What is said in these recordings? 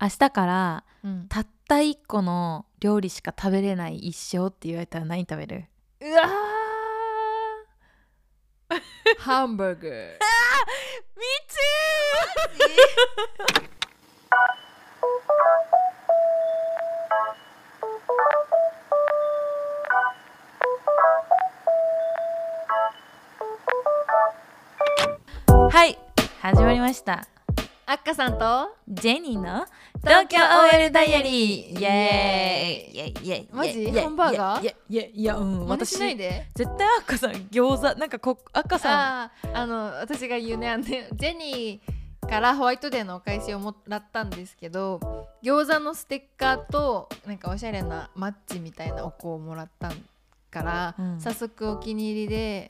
明日からうん、たった一個の料理しか食べれない一生って言われたら何食べるうわーハンバーグはい始まりましたアッカさんとジェニーの東京 OL ダイアイリーエーイイエーイイエーイマジイエーイハンバーガーいやいやいやいやうん真似し私ないで絶対赤さん餃子なんかこ赤さんあーあの私が言うねあのねジェニーからホワイトデーのお返しをもらったんですけど餃子のステッカーとなんかおしゃれなマッチみたいなお香をもらったから、うん早速お気に入りで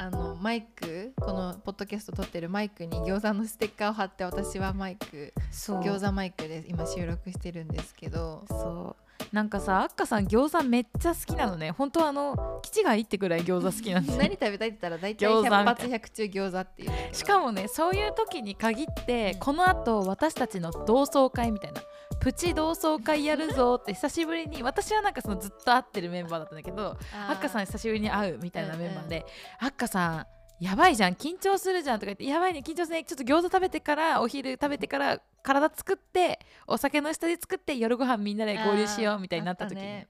あのマイクこのポッドキャスト撮ってるマイクに餃子のステッカーを貼って私はマイクそう餃子マイクで今収録してるんですけどそうなんかさ赤さん餃子めっちゃ好きなのね本当はあの基地がいいってくらい餃子好きなんで何食べたいって言ったら大体餃子みたい100発100中餃子っていうしかもねそういう時に限ってこのあと私たちの同窓会みたいなプチ同窓会やるぞって久しぶりに私はなんかそのずっと会ってるメンバーだったんだけどああっかさんん久しぶりに会うみたいなメンバーで「あっかさんやばいじゃん緊張するじゃん」とか言って「やばいね緊張するねちょっと餃子食べてからお昼食べてから体作ってお酒の下で作って夜ご飯みんなで合流しよう」みたいになった時に、あーあったね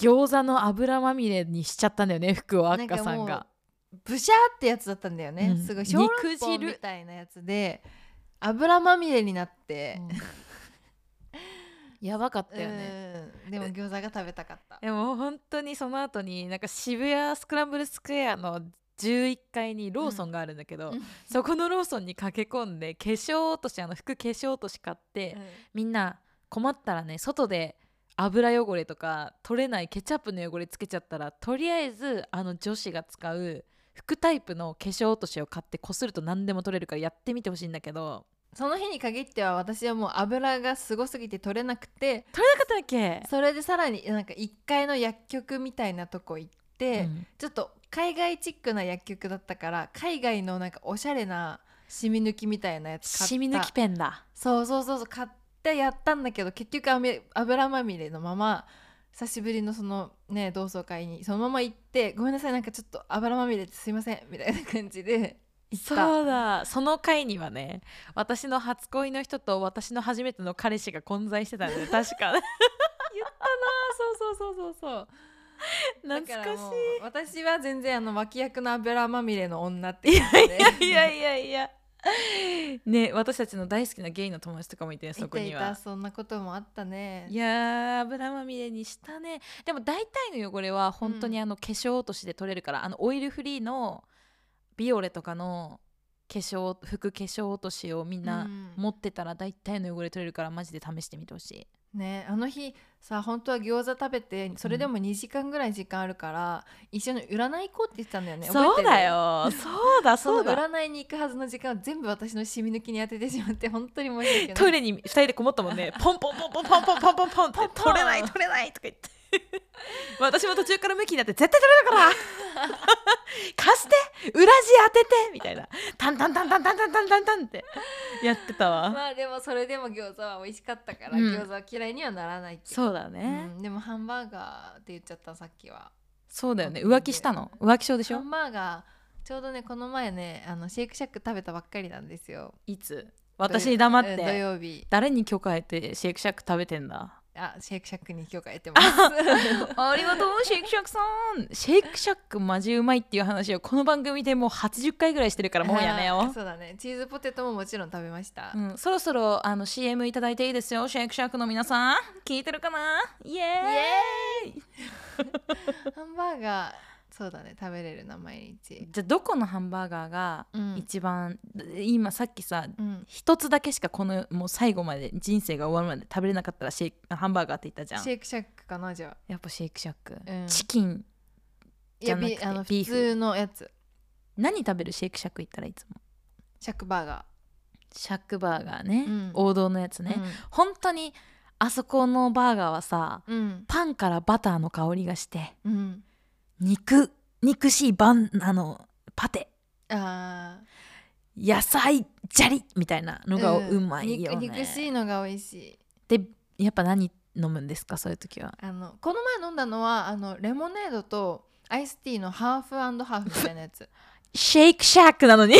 餃子の油まみれにしちゃったんだよね服をあっかさなんんかもがう。ブシャーってやつだったんだよね、うんすごい小籠肉包汁みたいなやつで油まみれになって、やばかったよね。うんでも餃子が食べたかったでも本当にその後になんか渋谷スクランブルスクエアの11階にローソンがあるんだけど、うんそこのローソンに駆け込んで化粧落としあの服化粧落とし買って、みんな困ったらね外で油汚れとか取れないケチャップの汚れつけちゃったらとりあえずあの女子が使う服タイプの化粧落としを買ってこすると何でも取れるからやってみてほしいんだけどその日に限っては私はもう油がすごすぎて取れなくて取れなかったっけ、それでさらになんか1階の薬局みたいなとこ行って、うんちょっと海外チックな薬局だったから海外のなんかおしゃれな染み抜きみたいなやつ買った染み抜きペンだ。そうそうそうそう買ってやったんだけど結局あめ油まみれのまま久しぶりのそのね同窓会にそのまま行ってごめんなさいなんかちょっと油まみれですいませんみたいな感じ で行ったそうだその回にはね私の初恋の人と私の初めての彼氏が混在してたんだよ確か 言ったなそうそうそう そうそうだ懐らかもうし私は全然あの脇役の油まみれの女って感じで いいやいやいやね私たちの大好きなゲイの友達とかもいてそいこてにいたはそんなこともあったねいやー油まみれにしたねでも大体の汚れは本当にうんあの化粧落としで取れるから、あのオイルフリーのビオレとかの化粧服化粧落としをみんな、うん持ってたら大体の汚れ取れるからマジで試してみてほしいねあの日さ本当は餃子食べてそれでも2時間ぐらい時間あるから、一緒に占い行こうって言ってたんだよねそうだよよそうだそそうのだ占いに行くはずの時間を全部私の染み抜きに当ててしまって本当に申し訳ないトイレに2人でこもったも んねポンポンポンポンポンポンポンポンポンってポン取れない取れないとか言って 私も途中から向きになって絶対取れるから 貸して裏地当ててみたいなタンタンタンタンタンタンタンタンタンってやってたわまあでもそれでも餃子は美味しかったから、うん餃子は嫌いにはならないっていうそうだね、うんでもハンバーガーって言っちゃったさっきはそうだよね浮気したの浮気症でしハょンバーガーちょうどねこの前ねあのシェイクシャック食べたばっかりなんですよいつ私に黙って土曜日誰に許可得てシェイクシャック食べてんだあシェイクシャックに許可得てます ありがとうシェイクシャックさんシェイクシャックマジうまいっていう話をこの番組でもう80回ぐらいしてるからもうやめあーよそうだねチーズポテトももちろん食べました、う、うん、そろそろあの CM いただいていいですよシェイクシャックの皆さん聞いてるかなイエーイハンバーガーそうだね食べれるな毎日じゃあどこのハンバーガーがうん一番、今さっきさうん一つだけしかこのもう最後まで人生が終わるまで食べれなかったらシェイクハンバーガーって言ったじゃシェんイクシャックかなじゃあやっぱシェイクシャック、うんチキンいじやゃなくビてあのビー普フ通のやつ何食べるシェイクシャック行ったらいつもシャックバーガシャックバーガーね、うん王道のやつーね、本当にあそこのバーガーはさうんパンからバターの香りがしてうん、うん、肉肉しいバンあのパテあー野菜じゃりみたいなのがうんうまいよね、肉肉しいのが美味しいでやっぱ何飲むんですかそういう時はあのこの前飲んだのはあのレモネードとアイスティーのハーフハーフみたいなやつシェイクシャックなのに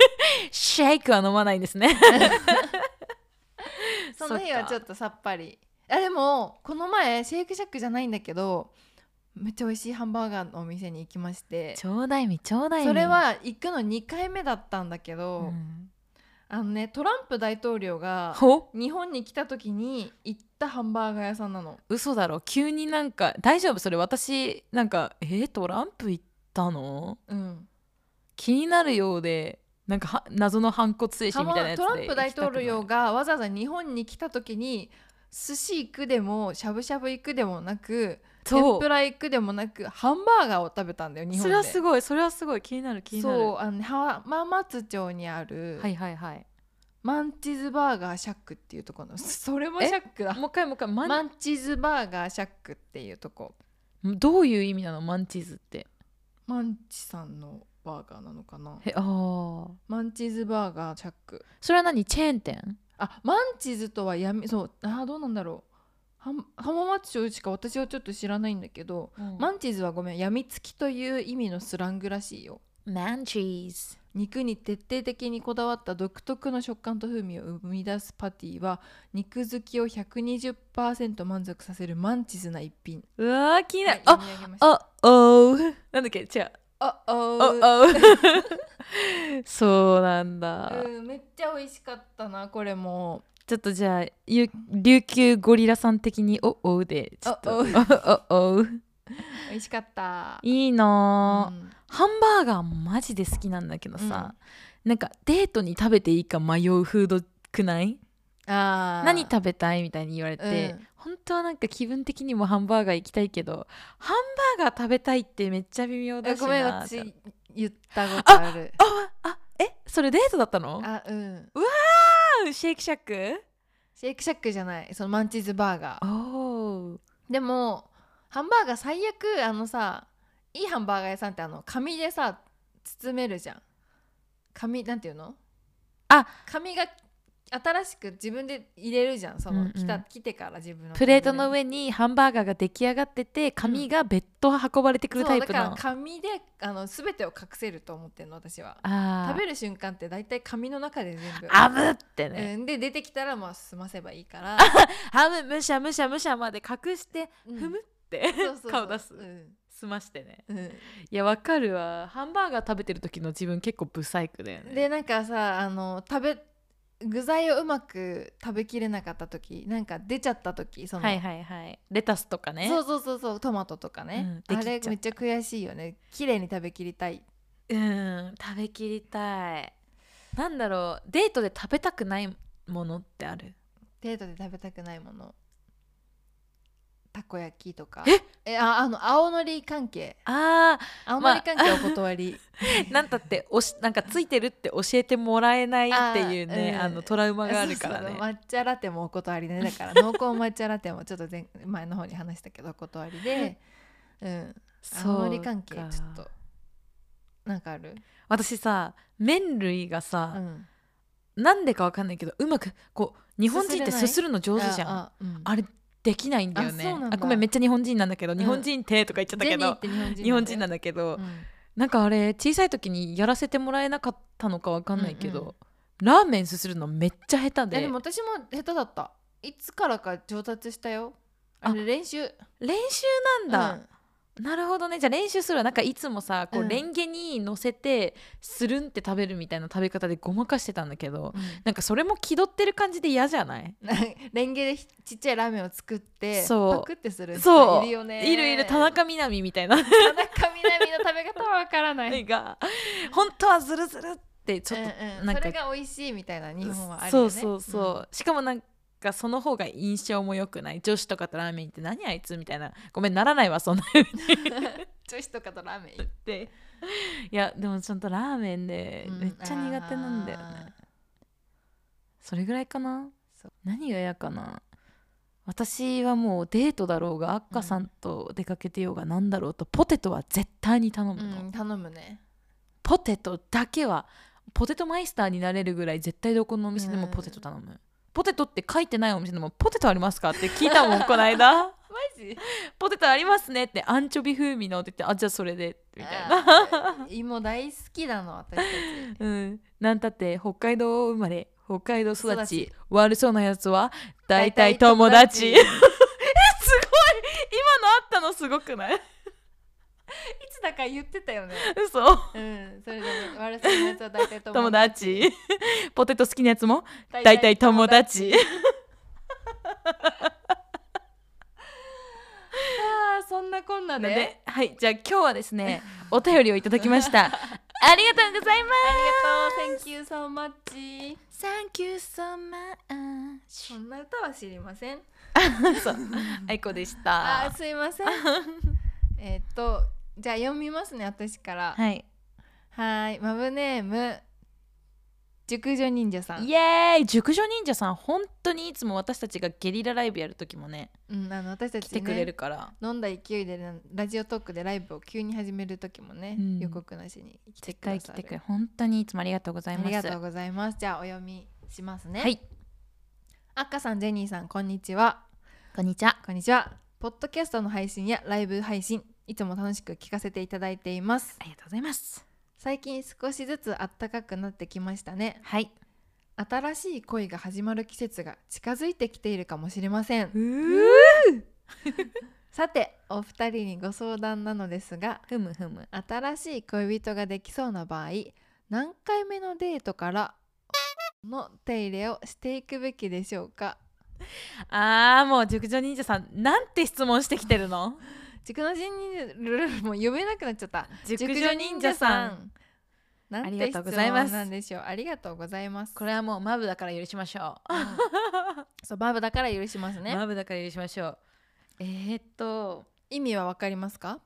シェイクは飲まないんですね その日はちょとっとさっぱりあでもこの前シェイクシャックじゃないんだけどめっちゃ美味しいハンバーガーのお店に行きましてちょうだいみちょうだいみそれ、は行くの2回目だったんだけうど、んあのねトランプ大統領がほ日本に来た時に行ったハンバーガー屋さんなの嘘だろ急になんか大丈夫それ私なんかえー、トランプ行ったのうん気になるようでなんかは謎の反骨精た神みまたいなやつでトランプ大統行領きがわざわざ日本に来た時に寿司行くでもしゃぶしゃぶ行くでもなくたくない天そぷうら行くでもなくハンバーガーを食べたんだよ日本でそれはすごいそれはすごい気になる気になるそうあのね浜松町にある、はいはいはいマンチーズバーガーシャックっていうとこの それもシえャックだもう一回もう一回マンマンチーズバーガーシャックっていうとこどういう意味なのマンチーズってマンチさんのバーガーなのかなへあーマンチーズバーガーシャックそれは何チェーン店あマンチーズとは闇そうあーどうなんだろうは浜松町しか私はちょっと知らないんだけど、ママンンチーズはごめんやみつきという意味のスラングらしいよマンチーズ肉に徹底的にこだわった独特の食感と風味を生み出すパティは肉好きを120%満足させるマンチーズな一品うわー気になるあああおー なんだっけ違うああああ そうなんだ、うんめっちゃ美味しかったなこれもちょっとじゃあゆ琉球ゴリラさん的におおうでちょっとおおうおおう美味しかったいいなあ、うんハンバーガーマジで好きなんだけどさ、なんかデートに食べていいか迷うフードくないあー何食べたいみたいに言われて、うん本当はなんか気分的にもハンバーガー行きたいけどハンバーガー食べたいってめっちゃ微妙だえしごめんな私言ったことあるああえそれデートだったのあうんうんシェイクシャックシェイクシャックじゃないそのマンチーズバーガーおーでもハンバーガー最悪あのさいいハンバーガー屋さんってあの紙でさ包めるじゃん紙なんていうのあ紙が新しく自分で入れるじゃんその、うんうん来た来てから自分のプレートの上にハンバーガーが出来上がってて紙が別途運ばれてくそうるタイプだのから紙であの全てを隠せると思ってんの私はあ食べる瞬間って大体紙の中で全部あぶってね、うん、で出てきたらまあ済ませばいい から、ハムむしゃむしゃむしゃまで隠して、うんふむってそうそうそう顔出す、うん済ましてねうんいやわかるわハンバーガー食べてる時の自分結構ブサイクだよねでなんかさあの食べ具材をうまく食べきれなかった時なんか出ちゃった時その、はいはいはいレタスとかねそうそうそうそうトマトとかね、うんであきちゃれっためっちゃ悔しいよね綺麗に食べきりたいうん食べきりたいなんだろうデートで食べたくないものってあるデートで食べたくないものたこ焼きとかえああの青のり関係あ青のり関係お断り、ー なんたっておしなんかついてるって教えてもらえないっていうねあーあ,、うんのトラウマがある からねそうそう抹茶ラテもお断りねだから濃厚抹茶ラテもちょっと前前の方に話したけどお断りでうん青のり関係ちょそうかっとなんかある私さ麺類がうさ、んなんでかわかんないけどうまくこう日本人ってすすすするの上手じゃんあああうんれできないんだよねあそうなんだあごめんめっちゃ日本人なんだけどん日本人ってとか言っちゃったジけェニーどって日本人日本人なんだよだけど、うんなんかあれ小さい時にやらせてもらえなかったのかわかんないけど、うんうんラーメンすするのめっちゃ下手でえでも私も下手だったいつからか上達したよあれ練習練習なんだ、なるほどねじゃあ練習するはなんかいつもさこうんうレンゲに乗せてスルンって食べるみたいな食べ方でごまかしてたんだけどうん なんかそれも気取ってる感じで嫌じゃないレンゲでひちっちゃいラーメンを作ってそうパクってするそう人いるよねいるいる田中みな実みたいな田中みな実の食べ方はわからないのが本当はズルズルって ちょっとうんうんなんかそれが美味しいみたいな日本はあるよそねうそうそう、しかもなんかその方が印象も良くない女子とかとラーメン行って何あいつみたいなごめんならないわそんな言っ うん、女子とかとラーメン行っていやでもちゃんとラーメンでうんめっちゃ苦手なんだよね、あそれぐらいかなそう何が嫌かな私はもうデートだろうがアッカさんと出かけてようがなんだろうと、ポテトは絶対に頼むの、ーうん頼むねポテトだけはポテトマイスターになれるぐらい絶対どこのお店でもポテト頼む、ポテトって書いてないお店でもポテトありますかって聞いたもんこの 間マジポテトありますねってアンチョビ風味のって言ってあじゃあそれでみたいな、な芋大好きなの私たち うん、なんたって北海道生まれ北海道育ち育ち悪そうなやつは大体友達 え大体すごい今のあったのすごくないいつだか言ってたよね嘘うんそれで、ね、悪そうなやつは大体友友達達 ポテト好きなやつも大体友達あーそんなこんななでのではいじゃあ今日はですねお便りをいただきま したありがとうございますありがとう Thank you so much Thank you so much そんな歌は知りませんあいこでしあたーす いませんえっとじゃあ読みますね私からははいーいマブネーム熟女忍者さんイエーイ熟女忍者さん本当にいつも私たちがゲリラライブやる時もねうん、あの私た来ち、てね、くれるから、飲んだ勢いでなラジオトークでライブを急に始める時もね、うん予告なしに来て絶くだ対さ来るてくれ本当にいつもありがとうございあますりがとうございますじゃあお読みしますねはいあっかさんジェニーさんこんにちはこんにちはこんにちはポッドキャストの配信やライブ配信いつも楽しく聞かせていただいていますありがとうございます最近少しずつ暖かくなってきましたねはい新しい恋が始まる季節が近づいてきているかもしれませんさてお二人にご相談なのですがふむふむ新しい恋人ができそうな場合何回目のデートからの手入れをしていくべきでしょうかあーもう熟女忍者さんなんて質問してきてるの熟女忍者もう読めなくなっちゃった熟女忍者さんんなあんりてが質とうご問ざいますなんでしょうありがとうございますこれはもうマブだから許しましょうんそうバブだから許しますう、ねマブだから許しましょうえー、っと意味はわかりますか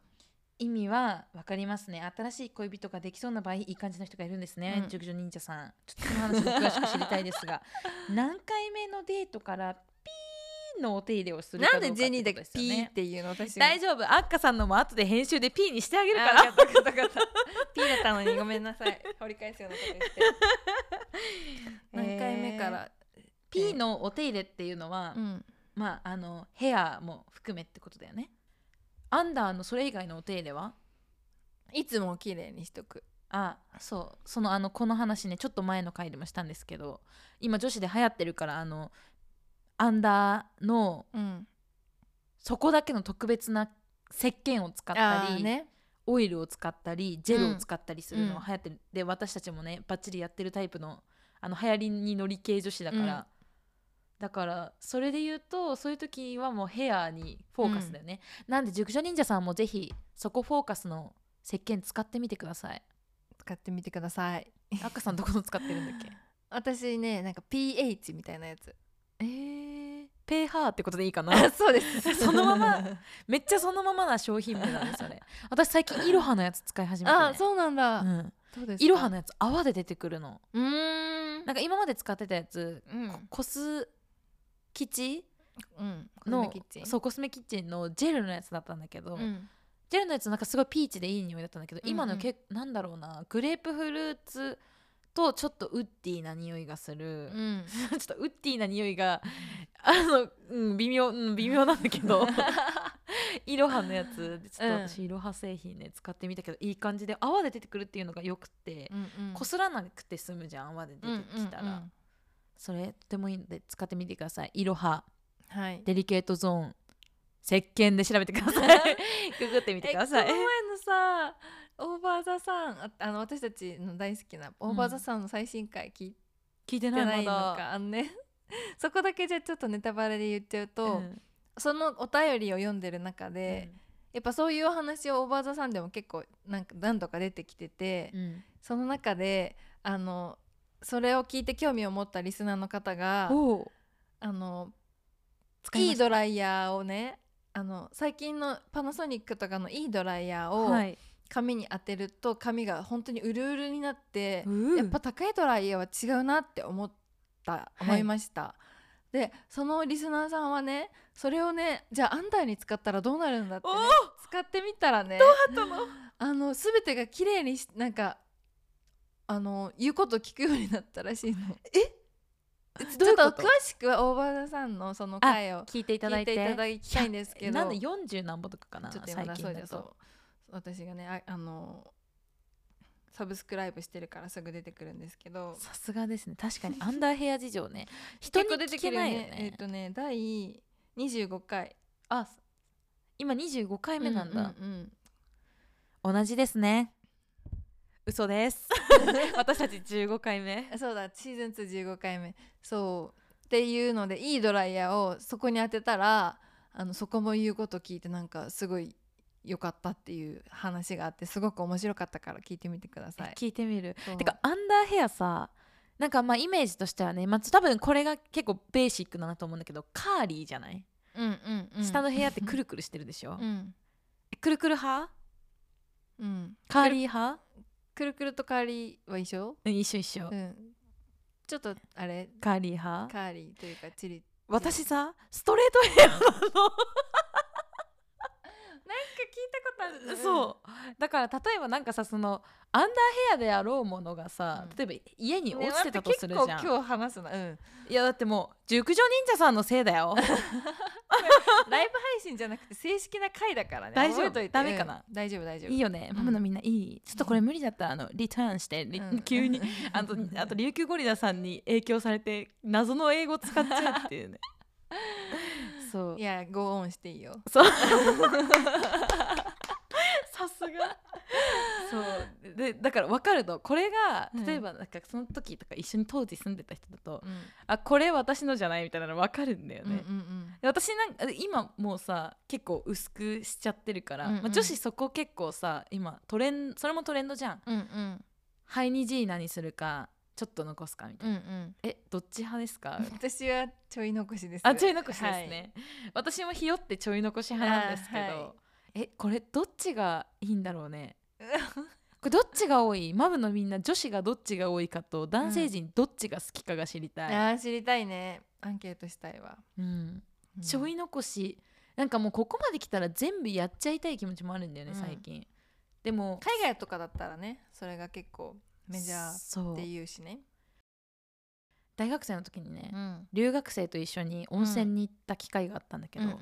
意味は分かりますね新しい恋人ができそうな場合いい感じの人がいるんですね、うん熟女忍者さんちょっとその話も詳しく知りたい ですが何回目のデートからピーのお手入れをするかなどんうかでってジェニーだことですけよピーねっていうの私大丈夫アッカさんのも後で編集でピーにしてあげるかあらわかったわかったわかったピーだったのにごめんなさい 掘り返すようなこと して何回目から、ピーのお手入れっていうのは、うんまああのヘアも含めってことだよねアンダーのそれ以外のお手入れはいつも綺麗にしとくあそうそのあのこの話ねちょっと前の回でもしたんですけど今女子で流行ってるからあのアンダーのうんそこだけの特別な石鹸を使ったあーり、ねオイルを使ったりジェルを使ったりするのうがん流行ってる、で私たちもねバッチリやってるタイプのあの流行りに乗り系女子だから、うんだからそれで言うとそういう時はもうヘアにフォーカスだよね、なんで熟女忍者さんもぜひそこフォーカスの石鹸使ってみてください使ってみてください赤さんどこの使ってるんだっけ私ねなんか pH みたいなやつえー、ペーハーってことでいいかな そうですそのままめっちゃそのままな商品名なんですそれ私最近イロハのやつ使い始めて、ね、 あそうなんだ、うん、どうですかイロハのやつ泡で出てくるのうーんなんか今まで使ってたやつ、うんココスキチうんのコスメキッチンそうコスメキッチンのジェルのやつだったんだけど、うんジェルのやつなんかすごいピーチでいい匂いだったんだけど、うんうん今のけなんだろうなグレープフルーツとちょっとウッディな匂いがする、うんちょっとウッディな匂いがあの、うん、微妙、うん、微妙なんだけどイロハのやつでちょっと私、イロハ製品ね使ってみたけどいい感じで泡で出てくるっていうのがよくてう、んうんこすらなくて済むじゃん泡で出てきたら、うんうんうんそれとてもいいので使ってみてくださいイロハはいデリケートゾーン石鹸で調べてくださいググってみてくださいえこの前のさオーバーザさんああの私たちの大好きなオーバーザさんの最新回聞いて聞いてないまだないのかあのね そこだけじゃちょっとネタバレで言っちゃううと、んそのお便りを読んでる中で、やっぱそういうお話をオーバーザさんでも結構なんか何度か出てきてて、うんその中であのそれを聞いて興味を持ったリスナーの方がおうあの使いいまいしドライヤーをねあの最近のパナソニックとかのいいドライヤーたを、はい髪に当てると髪が本当にうるうるになって、うやっぱ高いドライヤーは違うなって思ったい思いました、でそのリスナーさんはねそれをねじゃあアンダーに使ったらどうなるんだって、ねお、使ってみたらねったのあの全てが綺麗にしなんかあの言うこと聞くようになったらしいのどういうちょこっとと詳しくは大場さんのその回を聞いていただ聞いいてていただきたいんですけどなんで40何本とかかなちょっと今最だそ近うでだすそとう私がねああのサブスクライブしてるからすぐ出てくるんですけどさすがですね確かにアンダーヘア事情 ね人に聞けないよねえっ、とね第25回あ今25回目なんだ、うんうんうん同じですね嘘です 私たち15回目あそうだシーズン215回目そうっていうのでいいドライヤーをそこに当てたらあのそこも言うこと聞いてなんかすごい良かったっていう話があってすごく面白かったから聞いてみてください。聞いてみるそうてかアンダーヘアさなんかまあイメージとしてはね、まあ、多分これが結構ベーシックだなと思うんだけどカーリーじゃない、うんうんうん、下のヘアってくるくるしてるでしょ、うんくるくる派うん、カーリー派くるくるとカーリーは一緒、うん一緒一緒、うん、ちょっとあれカーリー派カーリーというかチリ私さストレートヘアなのなんか聞いたことあるそうだから例えばなんかさそのアンダーヘアであろうものがさ、うん例えば家にう落ちてたとするじゃん、結構今日話す な、うん、いやだってもう熟女忍者さんのせいだよライブ配信じゃなくて正式な回だからね大丈夫覚えといてダメかなうん大丈夫大丈夫いいよねうんママのみんないいちょっとこれ無理だったらあのリターンして、リうん急 にあとあと琉球ゴリラさんに影響されて謎の英語使っちゃうって いうねそういやゴーオンしていいよそう。さすが。 そうでだから分かるとこれがうん例えばなんかその時とか一緒に当時住んでた人だと、うんあこれ私のじゃないみたいなの分かるんだようんね。で私なんか今もうさ結構薄くしちゃってるから、うんうんまあ、女子そこ結構さ今トレンそれもトレンドじゃんうんうんうんハイニジーナにするかちょっと残すかみたういんうな、んえどっち派ですか私はちょい残しですあちょい残しですはいね、私もひよってちょい残し派なんですけど、あーはえこれどっちがいいんだろうねこれどっちが多いマブのみんな女子がどっちが多いかと男性陣どっちが好きかが知りあたい、ー知りたいねアンケートしたいわうんちょい残しなんかもうここまで来たら全部やっちゃいたい気持ちもあるんだよねうん最近、でも海外とかだったらねそれが結構メジャーそうっていうしね大学生の時にね、ん留学生と一緒に温泉に行った機会があったんだけうんど、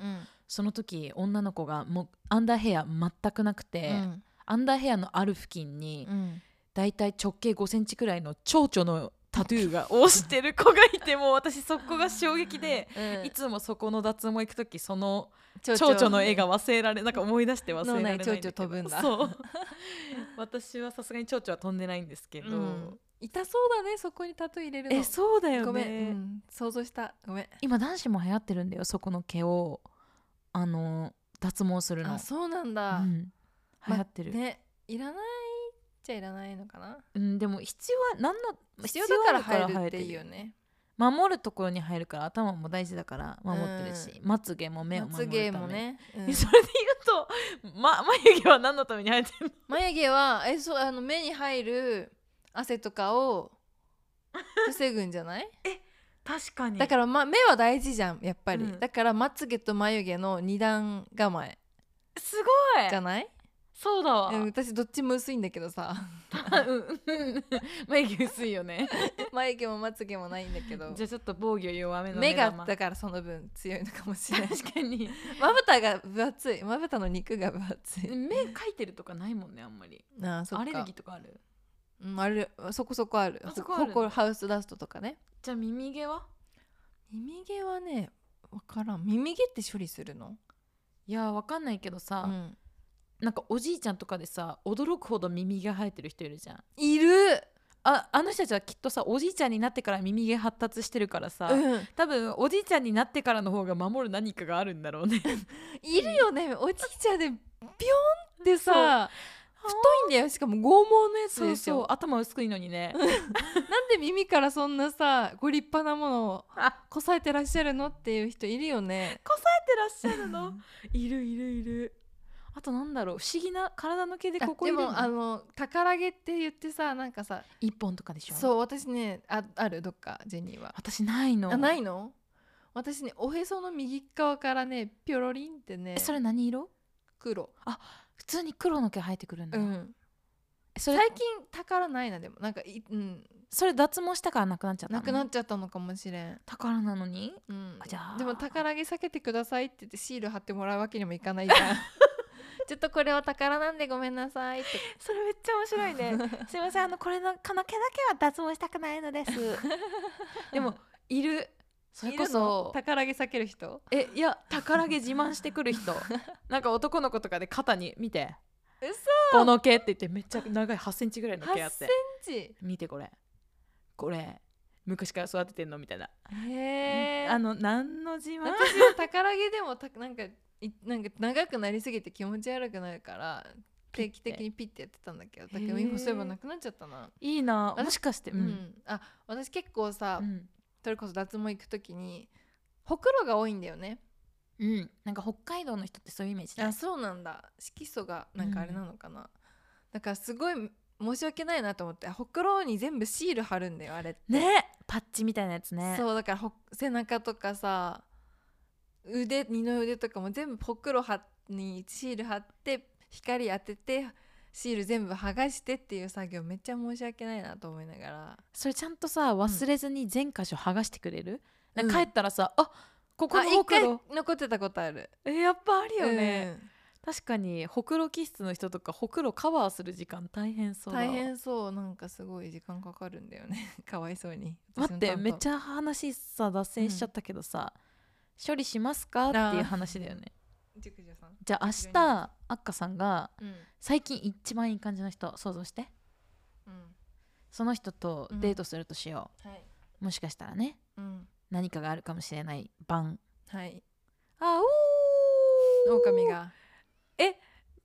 その時女の子がもうアンダーヘア全くなくて、うんアンダーヘアのある付近に、うんだいたい直径5センチくらいの蝶々のタトゥーがをしてる子がいてもう私そこが衝撃でうんいつもそこの脱毛行く時その蝶蝶々の絵が忘れられなんか思い出して忘れられないんだけど脳内蝶々飛ぶんだそう 私はさすがに蝶々は飛んでないんですけど、うん痛そうだねそこにタトゥー入れるのえそうだよねごめん、うん想像したごめん今男子も流行ってるんだよそこの毛をあの脱毛するのあそうなんうだ、ん、流行ってる、まねいらないじゃいらないのかなうん、でも必要は何の必要だから必要あ入るっ生てえいるうよね守るところに入るから頭も大事だから守ってるし、まつげも目をま守つるためげも、ね、うん それで言うと、ま、眉毛は何のために生えてるの眉毛はえそうあの目に入る汗とかを防ぐんじ ゃない確かにだから、ま、目は大事じゃんやっぱり、うんだからまつげと眉毛の二段構えらすごいじゃない、そうだわ、うん、私どっちも薄いんだけ どさうん 眉毛薄いよね眉毛もまつげもないんだけどじゃあちょっと防御弱めの目が玉だからその分強いのかもしれない確かにまぶたが分厚いまぶたの肉が分厚い目描いてるとかないもんねあんまりああそっかアレルギーとかあるうん、あれそこそこあるあほそこあるほこハウスダストとかねじゃあ耳毛は耳毛はね分からん耳毛って処理するのいやーわかんないけどさ、うんなんかおじいちゃんとかでさ驚くほど耳毛生えてる人いるじゃんいる、ああの人たちはきっとさおじいちゃんになってから耳毛発達してるからさ、うん、多分おじいちゃんになってからの方が守る何かがあるんだろうねいるよねおじいちゃんでビョンってさ太いんだよしかも剛毛のやつそうでしょそう頭薄いのにねなんで耳からそんなさご立派なものをあこさえてらっしゃるのっていう人いるよね生えてらっしゃるのいるいるいるあとなんだろう不思議な体の毛であここいでるもあのの宝毛って言ってさなんかさ一本とかでしょうそう私ねああるどっかジェニーは私ないのあないの私ねおへその右側からねピョロリンってねえそれ何色黒普通に黒の毛生えてくるんだ、うんそれ最近宝ないなでもなんかい、うん、それ脱毛したからなくなっちゃったのなくなっちゃったのかもしれん、宝なのにうんあじゃあでも宝毛避けてくださいって言ってシール貼ってもらうわけにもいかないじ ゃんちょっとこれは宝なんでごめんなさいってそれめっちゃ面白いね すいませんあのこれのこの毛だけは脱毛したくないの ですでもいるそれこそ宝毛避ける人えいや宝毛自慢してくる 人なんか男の子とかで肩に見て嘘この毛って言ってめっちゃ長い8センチぐらいの毛あ8っセてンチ見てこれこれ昔から育ててんのみたいな、へえあの何の自慢 私は宝毛でもたなんかいなんか長くなりすぎて気持ち悪くなるから定期的にピッてやってたんだけどだけどへー今そういえばなくなっちゃったな、いいな私もしかしてううんん、あ私結構さ、うんそれこそ脱毛行く時にほくろが多いんだよねうんなんか北海道の人ってそういうイメージだあよそうなんだ色素がなんかあれなのかな、だからすごい申し訳ないなと思ってほくろに全部シール貼るんだよあれってねパッチみたいなやつねそうだからほ背中とかさ腕二の腕とかも全部ほくろ貼っにシール貼って光当ててシール全部剥がしてっていう作業めっちゃ申し訳ないなと思いながらそれちゃんとさ忘れずに全箇所剥がしてくれる、なんかうん帰ったらさあここあの一ほく回ろ残ってたことあるえやっぱあるいよね、、確かにほくろ気質の人とかほくろカバーする時間大変うそんうだわ大変そうなんかすごい時間かかるんだよね かわいそうに待ってめっちゃゃ話さ脱線しちゃったけどさ、処理しますかっていう話だよね熟女さんじゃあ明非常日あっかさんがうん最近一番いい感じの人想像してうんその人とデートするとしよはい、う、もしかしたらねうん、何かがあるかもしれない晩はいあおー狼が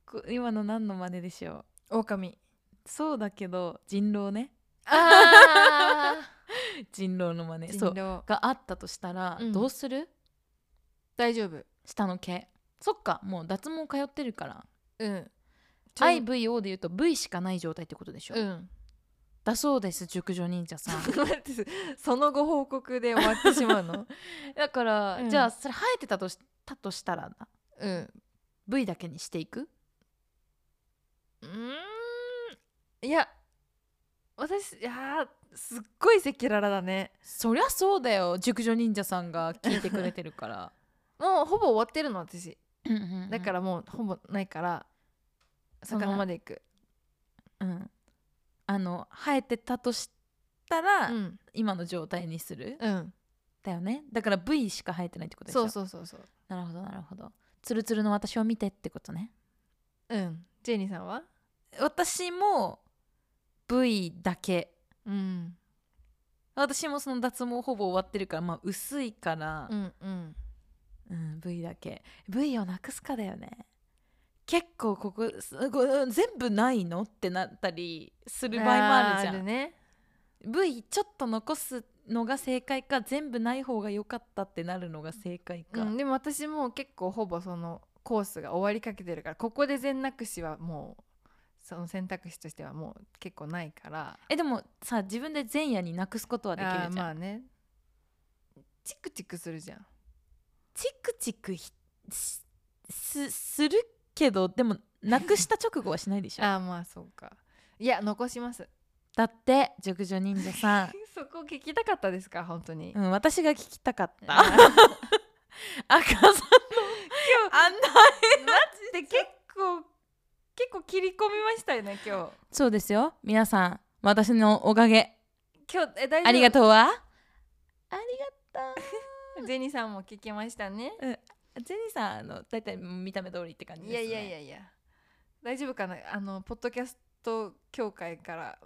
こ今の何の真似でしょう狼そうだけど人狼ねあ人狼の真あ似人そう狼があったとしたら、うんどうする大丈夫下の毛そっかもう脱毛通ってるからうん。 IVO で言うと V しかない状態ってことでしょ、うん。だそうです熟女忍者さん待ってそのご報告で終わってしまうの。だから、うんじゃあそれ生えてたとしたとしたらな うん。 V だけにしていくうん。いや、私、いやー、すっごい赤裸々だね。そりゃそうだよ熟女忍者さんが聞いてくれてるから もうほぼ終わってるの私。うんうんうんだからもうほぼないから、その魚まで行く。うんあの生えてたとしたら、うん。今の状態にする、うん。だよねだから V しか生えてないってことでしょそうそうそうそう。なるほどなるほどツルツルの私を見てってことねうん。ジェニーさんは？私も V だけうん。私もその脱毛ほぼ終わってるからまあ薄いからう、んうん。うん、V だけ V をなくすかだよね結構ここすごうん全部ないのってなったりする場合もあるじゃーん、ね。 V ちょっと残すのが正解か全部ない方が良かったってなるのが正解か、うん、でも私も結構ほぼそのコースが終わりかけてるからここで全なくしはもうその選択肢としてはもう結構ないからえでもさ自分で前夜になくすことはできるじゃあんーまあねチクチクするじゃんチクチクひしすするけどでもなくした直後はしないでしょあーまあそうかいや残しますだって熟女忍者さ んそこ聞きたかったですか本当に、うん私が聞きたかった あ赤ーさんのあんなで結構結構切り込みましたよね今そうですよ皆さん私のおかげ日今日え大丈夫ありがとうはありがとジェニーさんも聞きましたねうジェニーさんあの大体見た目通りって感じですいねやいやいやいや大丈夫かなあのポッドキャスト協会から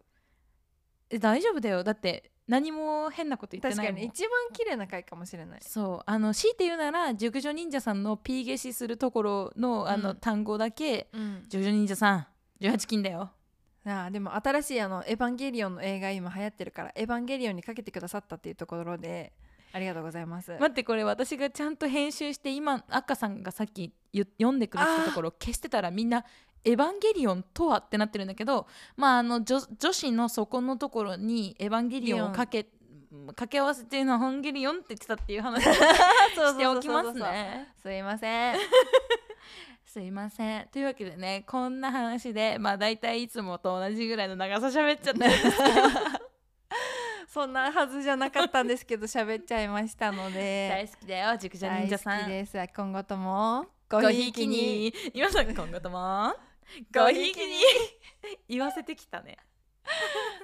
え大丈夫だよだって何も変なこと言って確なかいもんに一番綺麗な回かもしれないそうあの強いて言うなら熟女忍者さんの P 消しするところのあの、うん単語だけうん熟女忍者さん18金だよああでも新しいあの「エヴァンゲリオン」の映画今流行ってるから「エヴァンゲリオン」にかけてくださったっていうところでありがとうござ います、待ってこれ私がちゃんと編集して今赤さんがさっき言読んでくれてたところ消してたらみんな「エヴァンゲリオンとは?」ってなってるんだけどまああの女女子のそこのところに「エヴァンゲリオン」をかけ掛け合わせていうのは「ホンゲリオン」って言ってたっていう話をしそうそうそうそうておきますね。すいませんすいませんというわけでねこんな話でまあ大体いつもと同じぐらいの長さ喋っちゃったんですけどそんなはずじゃなかったんですけど喋っちゃいましたの で大好きだよ熟女忍者さ大好きんです今後ともごごひひいいききにに今さん今後ともごごひひいいききにに 言わせてきたね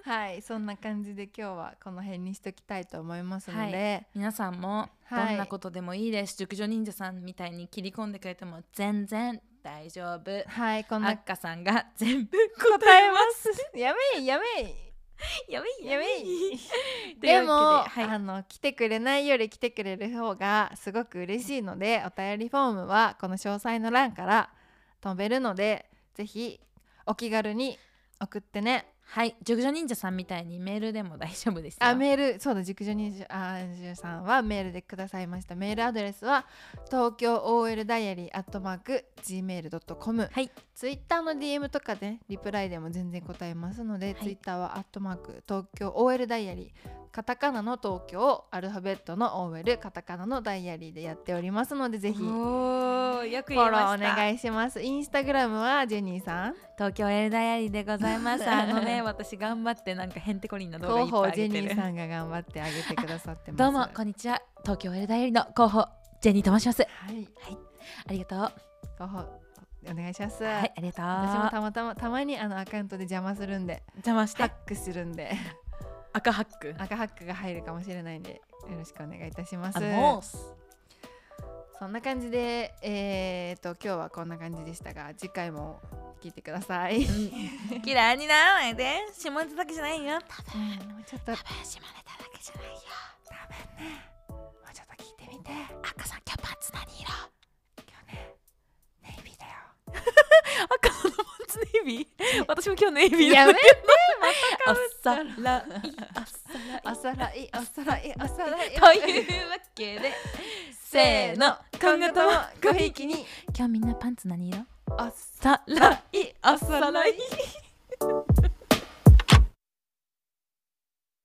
はいそんな感じで今日はこの辺にしときたいと思いますので、皆さんもどはいんなことでもいいです、熟女忍者さんみたいに切り込んでくれても全然大丈夫はい、こんあなっかさんが全部答えますやめいやめい やべいややべべいいでも、というわけではいあの来てくれないより来てくれる方がすごく嬉しいのでお便りフォームはこの詳細の欄から飛べるのでぜひお気軽に送ってねはい熟女忍者さんみたいにメールでも大丈夫ですよあメールそうだ熟女にあじゅうさんはメールでくださいましたメールアドレスは東京 OL ダイアリーアットマーク Gmail.com はいツイッターの DM とかで、リプライでも全然答えますので、いツイッターはアットマーク東京 OL ダイアリーカタカナの東京アルファベットの OL カタカナのダイアリーでやっておりますのでぜひフォおーよく言いましたローお願いしますインスタグラムはジェニーさん東京エルダイアリーでござい ますあのね私頑張ってなんかヘンテコリンな動画い広っぱい報ジェ上げてニーるさんが頑張ってあげてくださって ますどうもこんにちは東京エルダイアリーの広報ジェニーと申しますはいありがとう広報お願いします、はいあり私もがとうたまたまたまにあのアカウントで邪魔するんで邪魔しハッてクするん で赤ハック赤ハックが入るかもしれないんでよろしくお願いいたしますあモースそんな感じで、えー、と今日はこんな感じでしたが次回も聞いてください。嫌いにならないで下ネタだけじゃないよ多分もうちょっともう多分下ネタだけじゃないよちょっと聞いてみて赤さん今日パンツ何色ネイビーだよ。赤のパンツネイビー私も今日ネイビーやめておさらいおさらいおさらいおさらいおさらい。 というわけでせーの今後とも ごひいきに今日みんなパンツ何色おさらいおさらい